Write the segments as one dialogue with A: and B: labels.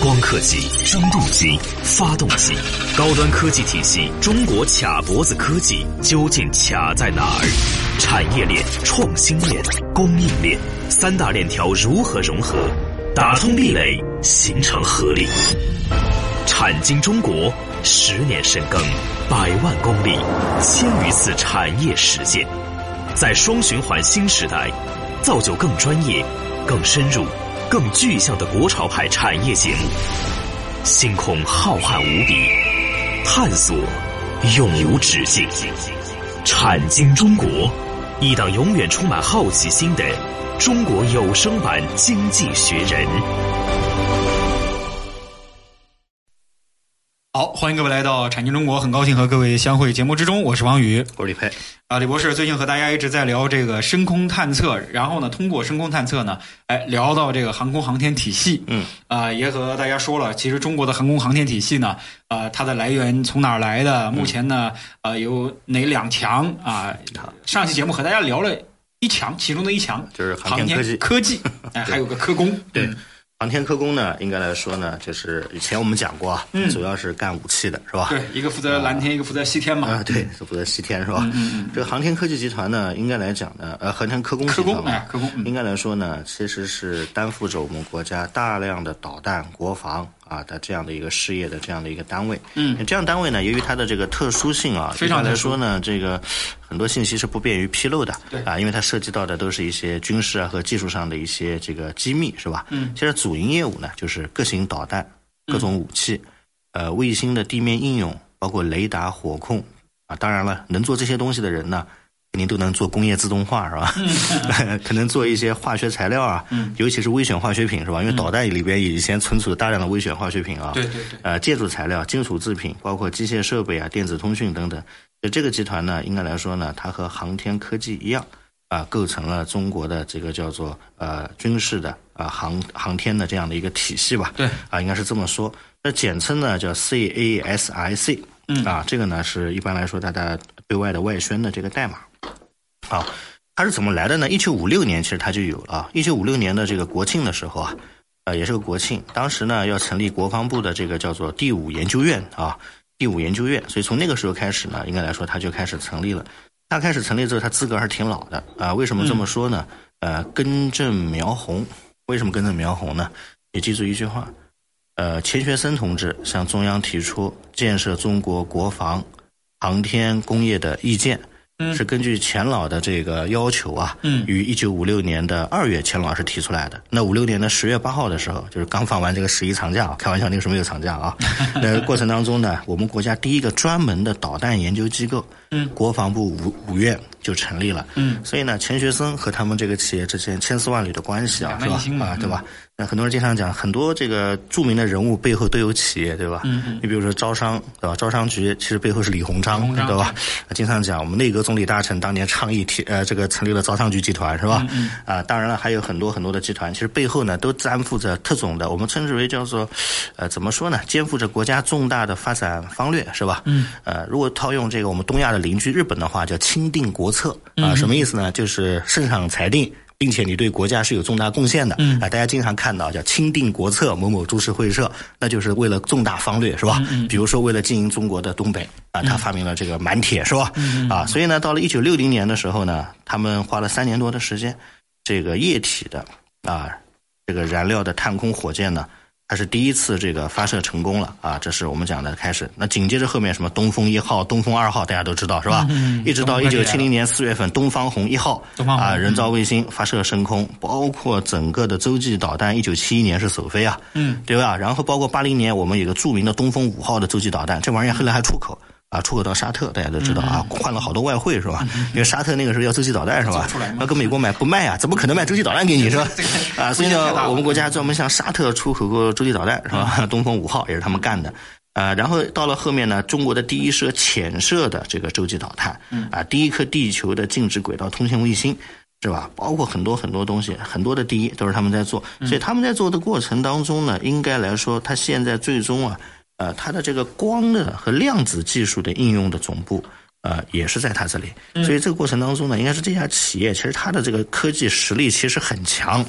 A: 光刻机、蒸镀机、发动机，高端科技体系，中国卡脖子科技究竟卡在哪儿？产业链、创新链、供应链三大链条如何融合，打通壁垒，形成合力？产经中国十年深耕，百万公里，千余次产业实践，在双循环新时代，造就更专业、更深入、更具象的国潮派产业节目。星空浩瀚无比，探索永无止境。产经中国，一档永远充满好奇心的中国有声版《经济学人》。
B: 好，欢迎各位来到《产经中国》，很高兴和各位相会节目之中，我是王宇。
C: 我是李佩，
B: 啊，李博士最近和大家一直在聊这个深空探测，然后呢，通过深空探测呢，哎，聊到这个航空航天体系，
C: 嗯，
B: 啊、也和大家说了，其实中国的航空航天体系呢，啊，它的来源从哪儿来
C: 嗯
B: 的？目前呢，啊，有哪两强啊、
C: 好
B: 上期节目和大家聊了一强，其中的一强
C: 就是航
B: 航
C: 天科
B: 天
C: 技。
B: 科 技，哎，还有个科工，嗯
C: 对，航天科工呢，应该来说呢，就是以前我们讲过啊，
B: 嗯
C: 主要是干武器的，是吧？
B: 对，一个负责蓝天，一个负责西天嘛，
C: 啊，对，是负责西天，是吧？
B: 嗯嗯
C: 这个航天科技集团呢，应该来讲呢，呃，航天科工
B: 嗯，科
C: 集
B: 工
C: 团，
B: 哎
C: 吧，，
B: 科工，嗯
C: 应该来说呢，其实是担负着我们国家大量的导弹、国防啊的这样的一个事业的这样的一个单位。
B: 嗯，
C: 这样单位呢，由于它的这个特殊性啊，
B: 非常
C: 一般
B: 特
C: 来
B: 殊
C: 说呢，这个很多信息是不便于披露的，
B: 对
C: 啊，因为它涉及到的都是一些军事啊和技术上的一些这个机密，是吧？
B: 嗯，
C: 现在主营业务呢，就是各型导弹、各种武器，呃，卫星的地面应用，包括雷达、火控啊，当然了，能做这些东西的人呢。肯定都能做工业自动化 是吧？可能做一些化学材料啊，
B: 嗯
C: 尤其是危险化学品是吧？因为导弹里边以前存储了大量的危险化学品啊，
B: 对对对，
C: 呃建筑材料、金属制品，包括机械设备啊、电子通讯等等。就这个集团呢，应该来说呢，它和航天科技一样啊、构成了中国的这个叫做呃军事的啊、航航天的这样的一个体系吧。
B: 对
C: 啊、应该是这么说。那简称呢叫 CASIC，
B: 嗯
C: 啊，这个呢是一般来说大家对外的外宣的这个代码。好，它是怎么来的呢？一九五六年其实它就有了啊。一九五六年的这个国庆的时候啊，呃，也是个国庆，当时呢要成立国防部的这个叫做第五研究院啊，第五研究院，所以从那个时候开始呢，应该来说它就开始成立了。它开始成立之后，它资格还是挺老的啊。为什么这么说呢？呃，根正苗红。为什么根正苗红呢？你记住一句话，呃，钱学森同志向中央提出建设中国国防、航天工业的意见，
B: 嗯
C: 是根据钱老的这个要求啊，
B: 嗯
C: 于一九五六年的二月，钱老师提出来的。那五六年的十月八号的时候，就是刚放完这个十一长假啊，开玩笑，那个时候没有长假啊。 那过程当中呢，我们国家第一个专门的导弹研究机构，
B: 嗯
C: 国防部五五院就成立了。
B: 嗯，
C: 所以呢，钱学森和他们这个企业之间千丝万缕的关系啊，
B: 两脉
C: 是
B: 一
C: 吧
B: 心？嘛
C: 啊，
B: 嗯
C: 对吧？那很多人经常讲，很多这个著名的人物背后都有企业，对吧？
B: 嗯嗯
C: 你比如说招商，对吧？招商局其实背后是李鸿章，
B: 李鸿章
C: 对吧？啊经常讲，我们内阁总理大臣当年倡议提呃这个成立了招商局集团，是吧？
B: 嗯
C: 啊，当然了，还有很多很多的集团，其实背后呢都担负着特种的，我们称之为叫做，呃，怎么说呢？肩负着国家重大的发展方略，是吧？
B: 嗯。
C: 呃，如果套用这个我们东亚的邻居日本的话，叫钦定国策
B: 嗯
C: 啊、什么意思呢？就是圣上裁定。并且你对国家是有重大贡献的，
B: 嗯
C: 啊、大家经常看到叫钦定国策某某株式会社，那就是为了重大方略，是吧？
B: 嗯
C: 比如说为了经营中国的东北，啊、他发明了这个满铁，是吧？
B: 嗯
C: 啊，所以呢，到了一九六零年的时候呢，他们花了三年多的时间，这个液体的啊，这个燃料的探空火箭呢，它是第一次这个发射成功了啊，这是我们讲的开始。那紧接着后面什么东风一号、东风二号，大家都知道是吧？
B: 嗯
C: 一直到
B: 东
C: 一
B: 风
C: 九
B: 二号
C: 七零年四月份，东方红一号
B: 东方红嗯
C: 啊人造卫星发射升空，包括整个的洲际导弹，一九七一年是首飞啊，
B: 嗯，
C: 对吧？然后包括八零年我们有个著名的东风五号的洲际导弹，这玩意儿后来还出口。啊，出口到沙特，大家都知道
B: 嗯
C: 啊，换了好多外汇是吧？因为沙特那个时候要洲际导弹是吧
B: 做嗯出来嘛？
C: 那跟美国买不卖啊？怎么可能卖洲际导弹给你是 吧？啊，所以
B: 不一定太大嗯
C: 呢，我们国家专门向沙特出口过洲际导弹是吧？ 东风五号也是他们干的。啊，然后到了后面呢，中国的第一射潜射的这个洲际导弹，啊，第一颗地球的静止轨道通信卫星，是吧？包括很多很多东西，很多的第一都是他们在做，所以他们在做的过程当中呢，应该来说，它现在最终啊，呃，它的这个光的和量子技术的应用的总部，呃，也是在它这里。所以这个过程当中呢，应该是这家企业其实它的这个科技实力其实很强。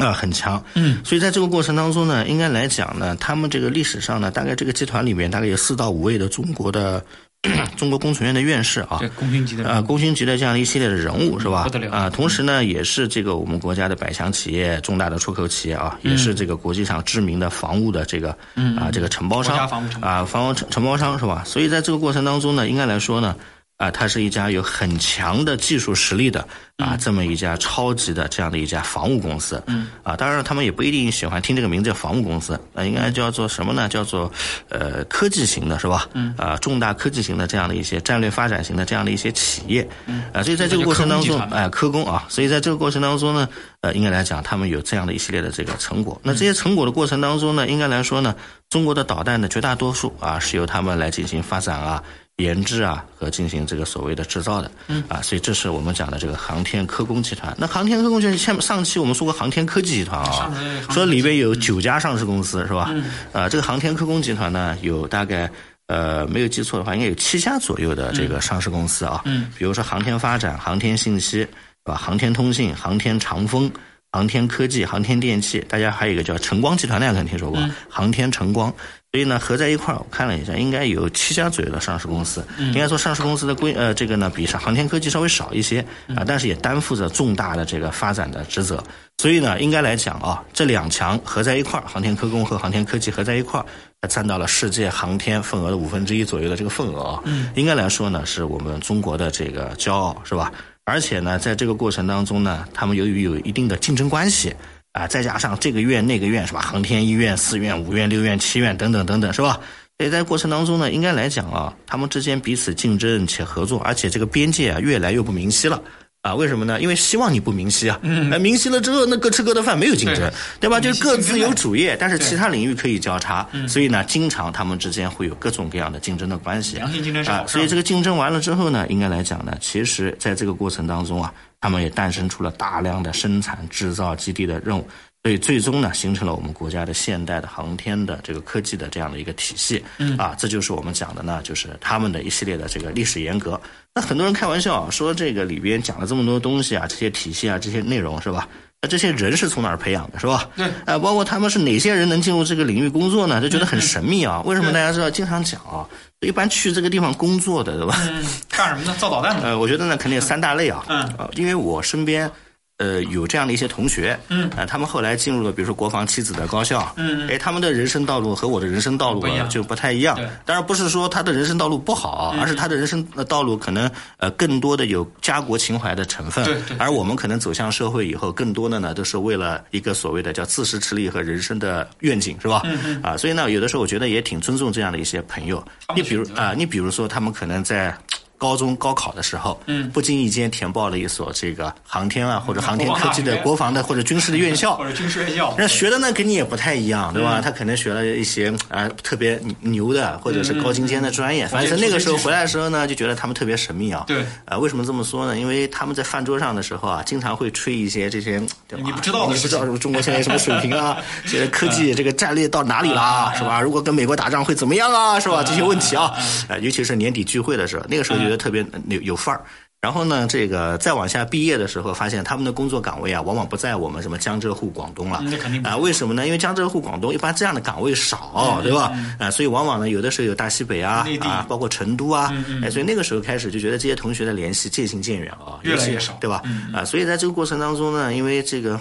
C: 啊、很强。
B: 嗯，
C: 所以在这个过程当中呢，应该来讲呢，他们这个历史上呢，大概这个集团里面大概有四到五位的中国的 中国工程院的院士啊
B: 对，，功勋级的人
C: 呃，功勋级的这样一系列的人物是吧？
B: 不得了嗯
C: 啊、同时呢，也是这个我们国家的百强企业、重大的出口企业啊，也
B: 嗯
C: 是这个国际上知名的防务的这个啊、这个承包商
B: 国家防务承包
C: 啊、防务承承包商是吧？所以在这个过程当中呢，应该来说呢。啊，它是一家有很强的技术实力的啊，这么一家超级的这样的一家防务公司。嗯，啊，当然了他们也不一定喜欢听这个名字叫防务公司，啊，应该叫做什么呢？叫做呃科技型的是吧？嗯，啊，重大科技型的这样的一些战略发展型的这样的一些企业。嗯，啊，所以在这个过程当中
B: 科工集团，
C: 哎，科工啊，所以在这个过程当中呢，呃，应该来讲，他们有这样的一系列的这个成果。那这些成果的过程当中呢，应该来说呢，中国的导弹的绝大多数啊，是由他们来进行发展啊、研制啊和进行这个所谓的制造的。嗯，啊，所以这是我们讲的这个航天科工集团。那航天科工集团，前上期我们说过航天科技集团啊
B: 上次航天，
C: 说里边有九家上市公司是吧？嗯，啊，这个航天科工集团呢，有大概。呃，没有记错的话，应该有七家左右的这个上市公司啊。嗯，比如说航天发展、航天信息，是吧？航天通信、航天长风、航天科技、航天电器，大家还有一个叫晨光集团，大家可能听说过，航天晨光。所以呢，合在一块儿，我看了一下，应该有七家左右的上市公司。应该说，上市公司的规呃，这个呢，比上航天科技稍微少一些啊、但是也担负着重大的这个发展的职责。所以呢，应该来讲啊，这两强合在一块儿，航天科工和航天科技合在一块儿，它占到了世界航天份额的五分之一左右的这个份额啊。应该来说呢，是我们中国的这个骄傲，是吧？而且呢，在这个过程当中呢，他们由于有一定的竞争关系啊，再加上这个院那个院是吧？航天一院、四院、五院、六院、七院等等等等是吧？所以在过程当中呢，应该来讲啊，他们之间彼此竞争且合作，而且这个边界啊越来越不明晰了。啊，为什么呢？因为希望你不明晰啊，嗯，明晰了之后，那各吃各的饭，没有竞争
B: 对，
C: 对吧？就
B: 明
C: 是
B: 晰
C: 各
B: 竞
C: 自
B: 争
C: 有嗯
B: 了
C: 主业，但是其他领域可以交叉，所以呢，经常他们之间会有各种各样的竞争的关系。
B: 良性竞争是
C: 啊
B: 好，事
C: 所以这个竞争完了之后呢，应该来讲呢，其实在这个过程当中啊，他们也诞生出了大量的生产制造基地的任务，所以最终呢，形成了我们国家的现代的航天的这个科技的这样的一个体系。嗯，啊，这就是我们讲的呢，就是他们的一系列的这个历史沿革。那很多人开玩笑啊，说这个里边讲了这么多东西啊，这些体系啊，这些内容是吧？那这些人是从哪儿培养的，是吧？
B: 对
C: 呃，包括他们是哪些人能进入这个领域工作呢？就觉得很神秘啊。为什么大家知道经常讲啊？一般去这个地方工作的，对吧？
B: 嗯，干什么呢？造导弹的。
C: 呃，我觉得呢，肯定有三大类啊。
B: 嗯
C: 呃因为我身边。呃，有这样的一些同学，嗯，啊、他们后来进入了，比如说国防七子的高校，嗯，哎，他们的人生道路和我的人生道路
B: 不一
C: 啊
B: 样
C: 就不太一样
B: 对。嗯
C: 当然不是说他的人生道路不好啊，而是他的人生呃道路可能呃更多的有家国情怀的成分，
B: 对对
C: 而我们可能走向社会以后，更多的呢都是为了一个所谓的叫自食其力和人生的愿景，是吧？嗯嗯。啊，所以呢，有的时候我觉得也挺尊重这样的一些朋友。
B: 他
C: 你
B: 们
C: 比如
B: 选择
C: 啊、你比如说他们可能在。高中高考的时候，嗯，不经意间填报了一所这个航天啊或者航天科技的
B: 国防大学
C: 国防的或者军事的院校
B: 或，者军事院校，
C: 那学的呢跟你也不太一样，对吧？
B: 嗯
C: 他可能学了一些啊、特别牛的或者是高精
B: 嗯
C: 尖的专业，反正那个时候回来的时候呢，就觉得他们特别神秘啊。
B: 对
C: 啊，为什么这么说呢？因为他们在饭桌上的时候啊，经常会吹一些这些对吧
B: 你不知道的
C: 你不
B: 事
C: 知
B: 情嗯
C: 道什么中国现在什么水平 啊，这个科技这个战略到哪里啦，是吧？如果跟美国打仗会怎么样啊，是
B: 嗯
C: 吧？这些问题啊，啊，尤其是年底聚会的时候，那个时候觉得特别有有范儿。然后呢，这个再往下毕业的时候，发现他们的工作岗位啊，往往不在我们什么江浙沪、广东了，
B: 嗯那肯定不
C: 啊，为什么呢？因为江浙沪、广东一般这样的岗位少，对吧？啊，所以往往呢，有的时候有大西北啊
B: 嗯内，地嗯
C: 啊，包括成都啊，哎，所以那个时候开始就觉得这些同学的联系渐行渐远啊，
B: 哦越来
C: 尤其
B: 越少嗯
C: 对吧？啊，所以在这个过程当中呢，因为这个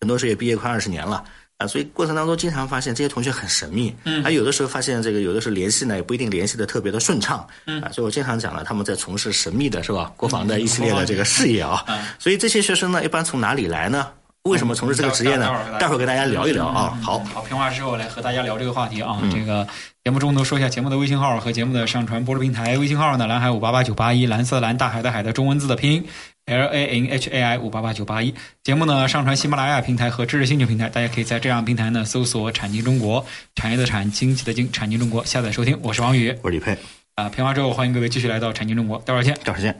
C: 很多时候也毕业快二十年了。啊，所以过程当中经常发现这些同学很神秘，嗯，还有的时候发现这个有的时候联系呢也不一定联系的特别的顺畅，嗯，啊，所以我经常讲了，他们在从事神秘的是
B: 嗯
C: 吧，国防的一系列的这个事业啊，所以这些学生呢一般从哪里来呢？为什么从事这个职业呢
B: 待会儿？嗯
C: 待会儿跟大家聊一聊啊，好。嗯
B: 好，评话之后来和大家聊这个话题啊。这个节目中途说一下节目的微信号和节目的上传播出平台。微信号呢，蓝海五八八九八一，蓝色蓝大海的海的中文字的拼音 L A N H A I 五八八九八一。节目呢上传喜马拉雅平台和知识星球平台，大家可以在这样平台呢搜索“产经中国”，产业的产，经济的经，产经中国下载收听。我是王宇
C: 我是李佩，
B: 啊，评话之后欢迎各位继续来到产经中国，待会儿见。
C: 赵时健。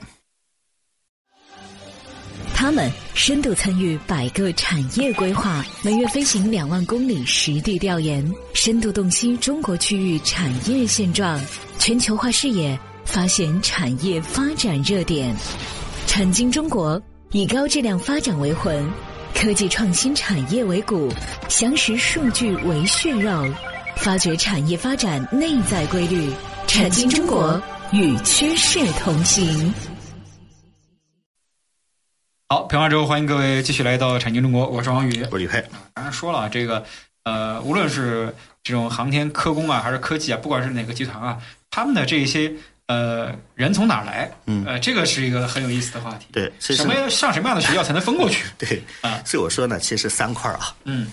D: 他们深度参与百个产业规划，每月飞行两万公里实地调研，深度洞悉中国区域产业现状，全球化视野，发现产业发展热点。产经中国以高质量发展为魂，科技创新产业为骨，详实数据为血肉，发掘产业发展内在规律，产经中国与趋势同行。
B: 好，评完之后，欢迎各位继续来到产经中国，我是王宇。
C: 我是李佩，
B: 当然说了，啊这个呃，无论是这种航天科工啊，还是科技啊，不管是哪个集团啊，他们的这些呃人从哪儿来？
C: 嗯
B: 呃，这个是一个很有意思的话题。
C: 对，其实
B: 什么样上什么样的学校才能分过 去？
C: 对
B: 啊，
C: 所以我说呢，其实三块儿啊，
B: 嗯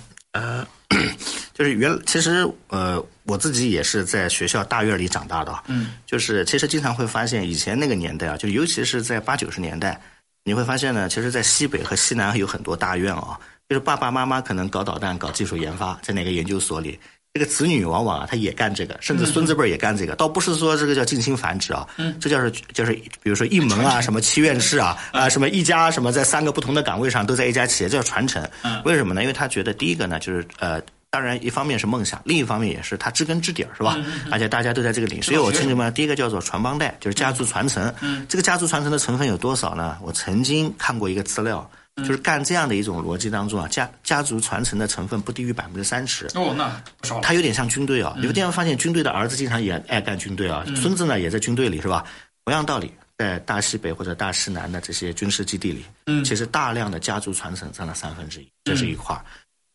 C: 就是原其实呃，我自己也是在学校大院里长大的啊，
B: 嗯
C: 就是其实经常会发现以前那个年代啊，就尤其是在八九十年代，你会发现呢，其实，在西北和西南有很多大院啊，就是爸爸妈妈可能搞导弹、搞技术研发，在哪个研究所里。这个子女往往啊，他也干这个，甚至
B: 嗯
C: 孙子辈儿也干这个，倒不是说这个叫近亲繁殖啊，这叫是就是，比如说一门啊，什么七院士啊，
B: 嗯
C: 啊、什么一家什么，在三个不同的岗位上都在一家企业，这叫传承。
B: 嗯
C: 为什么呢？因为他觉得第一个呢，就是呃，当然一方面是梦想，另一方面也是他知根知底儿，是吧？而且大家都在这个领域，所以我称之为第一个叫做传帮带，就是家族传承。这个家族传承的成分有多少呢？我曾经看过一个资料。就是干这样的一种逻辑当中啊，家家族传承的成分不低于百分之三十。
B: 哦，那不少了。
C: 他有点像军队啊。你会经常发现军队的儿子经常也爱干军队啊，孙子呢也在军队里是吧？同样道理，在大西北或者大西南的这些军事基地里，
B: 嗯
C: 其实大量的家族传承占了三分之一，这是一块儿。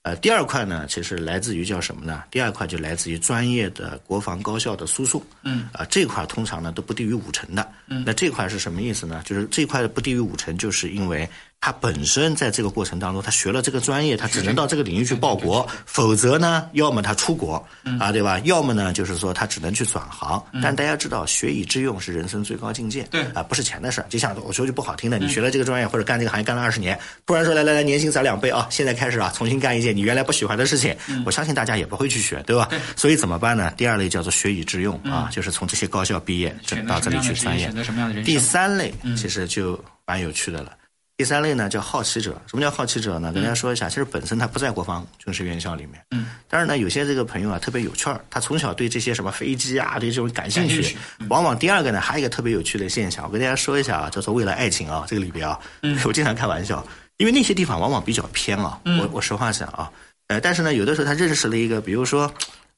C: 呃，第二块呢，其实来自于叫什么呢？第二块就来自于专业的国防高校的输送。
B: 嗯
C: 啊、这块儿通常呢都不低于五成的。
B: 嗯
C: 那这块是什么意思呢？就是这块不低于五成，就是因为他本身在这个过程当中，他学了这个专业，他只能到这个领域去报国，否则呢，要么他出国、
B: 嗯
C: 啊，对吧？要么呢，就是说他只能去转行。但大家知道，学以致用是人生最高境界。
B: 对
C: 啊、不是钱的事儿。就像我说句不好听的，你学了这个专业或者干这个行业干了二十年，突然说来来来，年薪涨两倍啊，现在开始啊，重新干一件你原来不喜欢的事情，我相信大家也不会去学，对吧？所以怎么办呢？第二类叫做学以致用啊，就是从这些高校毕业这
B: 选择
C: 到这
B: 什么
C: 里
B: 样的
C: 去
B: 职
C: 专
B: 业，
C: 业
B: 选。择什么样的人
C: 第
B: 生？嗯
C: 三类其实就蛮有趣的了。第三类呢叫好奇者，什么叫好奇者呢？跟大家说一下，其实本身他不在国防军事院校里面，
B: 嗯，
C: 但是呢，有些这个朋友啊特别有趣儿，他从小对这些什么飞机啊，对这种感兴趣。
B: 感兴趣嗯
C: 往往第二个呢，还有一个特别有趣的现象，我跟大家说一下啊，叫做为了爱情啊，这个里边啊，
B: 嗯
C: 我经常开玩笑，因为那些地方往往比较偏啊，我我实话讲啊，呃，但是呢，有的时候他认识了一个，比如说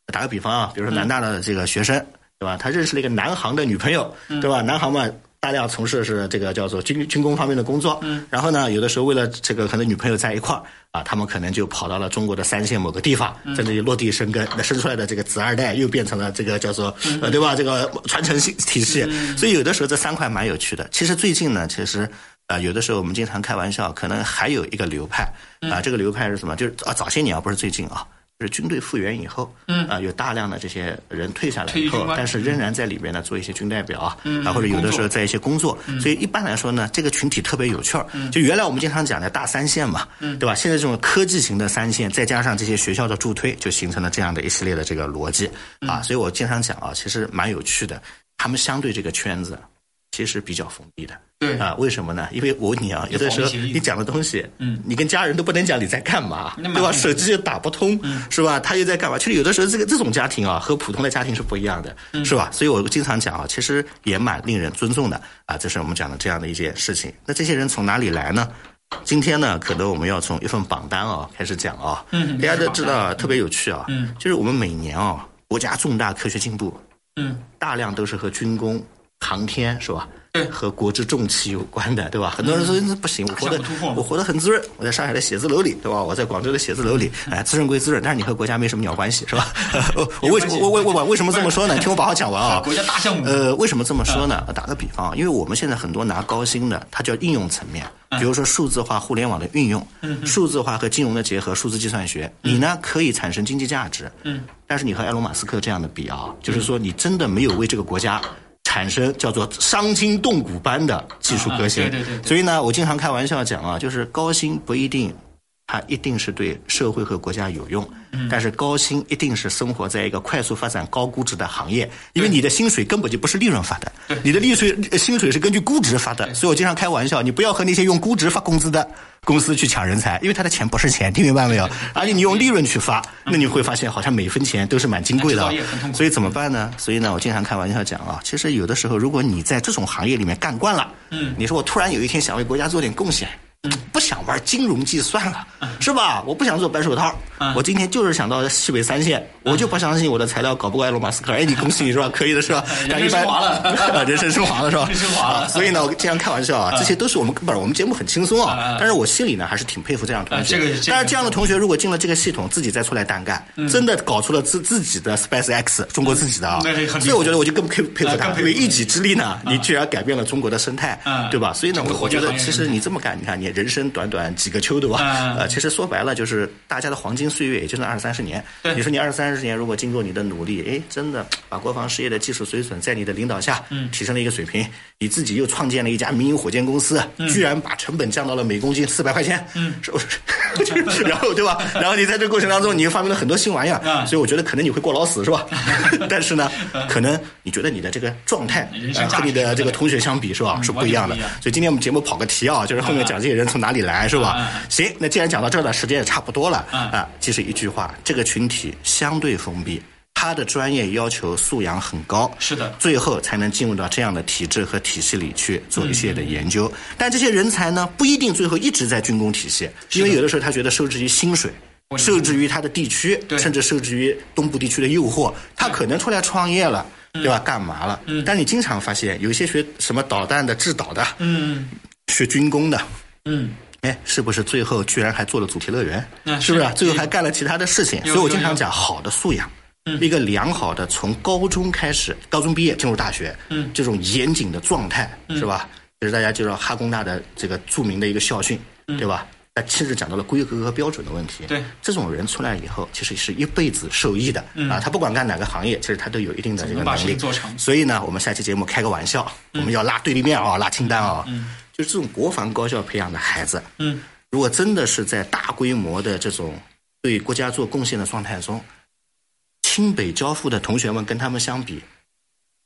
C: 打个比方啊，比如说南大的这个学生，对吧？他认识了一个南航的女朋友，对吧？南航嘛。大量从事的是这个叫做军军工方面的工作，嗯，然后呢，有的时候为了这个和女朋友在一块儿啊，他们可能就跑到了中国的三线某个地方，在那里落地生根，那生出来的这个子二代又变成了这个叫做呃对吧？这个传承系体系，所以有的时候这三块蛮有趣的。其实最近呢，其实啊，有的时候我们经常开玩笑，可能还有一个流派
B: 嗯
C: 啊，这个流派是什么？就是啊，早些年啊，不是最近啊。就是军队复员以后，嗯啊，有大量的这些人退下来
B: 退役
C: 以后
B: 军，官嗯
C: 但是仍然在里边呢做一些军代表啊，啊或者有的时候在一些工作，
B: 嗯
C: 所以一般来说呢，这个群体特别有趣儿。就原来我们经常讲的大三线嘛，
B: 嗯
C: 对吧？现在这种科技型的三线，再加上这些学校的助推，就形成了这样的一系列的这个逻辑
B: 嗯
C: 啊。所以我经常讲啊，其实蛮有趣的。他们相对这个圈子，其实比较封闭的。
B: 对
C: 啊，为什么呢？因为我问你啊，有的时候
B: 保密协议
C: 你讲的东西，
B: 嗯
C: 你跟家人都不能讲你在干嘛，
B: 那嗯
C: 对吧？
B: 马上
C: 手机又打不通，是吧？他又在干嘛？其实有的时候这个这种家庭啊，和普通的家庭是不一样的，
B: 嗯
C: 是吧？所以我经常讲啊，其实也蛮令人尊重的啊。这是我们讲的这样的一件事情。那这些人从哪里来呢？今天呢，可能我们要从一份榜单啊开始讲啊，
B: 嗯
C: 大家都知道啊特别有趣啊，
B: 嗯
C: 就是我们每年啊，国家重大科学进步
B: 嗯，
C: 大量都是和军工、航天是吧？
B: 对嗯
C: 和国之重器有关的，对吧？很多人说那不行，我活
B: 项
C: 得
B: 目突破嘛
C: 我活得很滋润，我在上海的写字楼里，对吧？我在广州的写字楼里，
B: 嗯
C: 哎，滋润归滋润，但是你和国家没什么鸟关系，是吧？我我为什 么我我我我为什么这么说呢？听我把话讲完啊。
B: 国家大项目嗯
C: 呃，为什么这么说呢？打个比方，因为我们现在很多拿高薪的，它叫应用层面，
B: 嗯
C: 比如说数字化互联网的运用，数字化和金融的结合，数字计算学，你呢可以产生经济价值，
B: 嗯，
C: 但是你和埃隆·马斯克这样的比啊，就是说你真的没有为这个国家。产生叫做伤筋动骨般的技术革新，
B: 啊对对对对
C: 所以呢，我经常开玩笑讲啊，就是高薪不一定，它一定是对社会和国家有用，
B: 嗯
C: 但是高薪一定是生活在一个快速发展高估值的行业，因为你的薪水根本就不是利润发的，你的利税呃薪水是根据估值发的，所以我经常开玩笑，你不要和那些用估值发工资的公司去抢人才，因为他的钱不是钱，听明白没有？而且你用利润去发，那你会发现好像每分钱都是蛮金贵的啊
B: 制造业很痛，苦
C: 所以怎么办呢？所以呢，我经常开玩笑讲啊，其实有的时候，如果你在这种行业里面干惯了，嗯，你说我突然有一天想为国家做点贡献，不想玩金融计算了，
B: 嗯
C: 是吧？我不想做白手套，我今天就是想到西北三线，我就不相信我的材料搞不过埃隆马斯克。哎，你恭喜你是吧？可以的是吧？
B: 哎人生升华了
C: 啊人生升华了是吧？
B: 人生升华了嗯
C: 啊所以呢，我经常开玩笑啊，这些都是我们不是我们节目很轻松啊，但是我心里呢还是挺佩服这样的同学。
B: 啊这个这个
C: 但是这样的同学如果进了这个系统，自己再出来单干，
B: 嗯
C: 真的搞出了自自己的 Space X 中国自己的啊
B: 那这个，很厉害
C: 所以我觉得我就更佩佩服
B: 啊
C: 他
B: 更，佩服
C: 因为一己之力呢，你居然改变了中国的生态
B: 啊，
C: 对吧？所以呢，
B: 整个
C: 我
B: 火
C: 我
B: 箭
C: 觉
B: 行
C: 得
B: 业
C: 其
B: 是
C: 实你这么干，你看你人生短短几个秋，对吧？
B: 啊
C: 呃，其实说白了就是大家的黄金岁月，也就那二三十年。
B: 对
C: 你说你二三十年，如果经过你的努力，哎，真的把国防事业的技术水准在你的领导下，
B: 嗯
C: 提升了一个水平，你自己又创建了一家民营火箭公司，
B: 嗯
C: 居然把成本降到了每公斤四百块钱，嗯，是 不是？ 然后对吧？然后你在这过程当中，你又发明了很多新玩意
B: 啊嗯
C: 儿，所以我觉得可能你会过劳死，是吧？ 但是呢，可能你觉得你的这个状态
B: 人生
C: 呃
B: 价
C: 和你
B: 值
C: 的这
B: 对
C: 个同学相比，是吧？是不一样的
B: 完全不一样。
C: 所以今天我们节目跑个题啊，就是后面讲这些人从哪里来，是吧？行，那既然讲到这儿了，时间也差不多了
B: 嗯
C: 啊。其实一句话，这个群体相对封闭，他的专业要求素养很高，
B: 是的
C: 最后才能进入到这样的体制和体系里去做一系列的研
B: 嗯
C: 究。但这些人才呢，不一定最后一直在军工体系，因为有的时候他觉得受制于薪水。
B: 或者是
C: 受制于他的地区，
B: 对
C: 甚至受制于东部地区的诱惑，他可能出来创业了，
B: 嗯
C: 对吧？干嘛了？但你经常发现，有一些学什么导弹的、制导的，
B: 嗯
C: 学军工的，
B: 嗯，
C: 哎，是不是最后居然还做了主题乐园？
B: 那是
C: 是不是啊最后还干了其他的事情？
B: 有嗯
C: 所以我经常讲，好的素养，一个良好的从高中开始，高中毕业进入大学，
B: 嗯
C: 这种严谨的状态，是吧？就是大家知道哈工大的这个著名的一个校训，对吧？那甚至讲到了规格和标准的问题。
B: 嗯对
C: 这种人出来以后，其实是一辈子受益的、啊。他不管干哪个行业，其实他都有一定的这个
B: 嗯能把事
C: 能力
B: 情做嗯成
C: 所以呢，我们下期节目开个玩笑，我们要拉对立面啊，拉清单啊。就是这种国防高校培养的孩子，
B: 嗯，
C: 如果真的是在大规模的这种对国家做贡献的状态中，清北交付的同学们跟他们相比，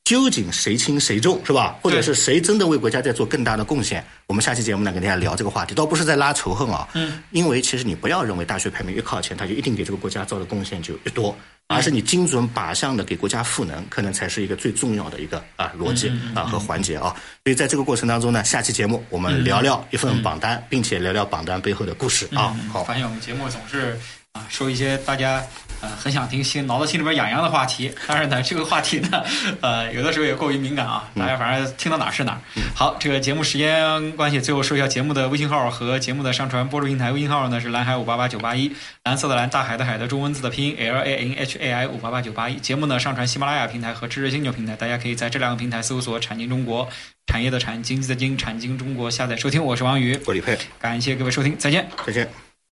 C: 究竟谁轻谁重是吧？或者是谁真的为国家在做更大的贡献？我们下期节目呢，跟大家聊这个话题，倒不是在拉仇恨啊，嗯，因为其实你不要认为大学排名越靠前，他就一定给这个国家做的贡献就越多，而是你精准靶向的给国家赋能，可能才是一个最重要的一个啊逻辑啊和环节啊。所以在这个过程当中呢，下期节目我们聊聊一份榜单，并且聊聊榜单背后的故事啊。好，
B: 发现嗯我们节目总是啊说一些大家呃很想听心挠到心里边痒痒的话题，但是呢这个话题呢呃有的时候也过于敏感 啊，
C: 嗯
B: 大家反正听到哪儿是哪儿。好，这个节目时间关系，最后说一下节目的微信号和节目的上传播出平台。微信号呢是蓝海五八八九八一，蓝色的蓝，大海的海的中文字的拼音 L A N H A I 五八八九八一。节目呢上传喜马拉雅平台和知识星球平台，大家可以在这两个平台搜索“产经中国”，呃产业的产，经济的经，产经中国下载收听。我是王宇，
C: 我李佩，
B: 感谢各位收听，再见。
C: 再见。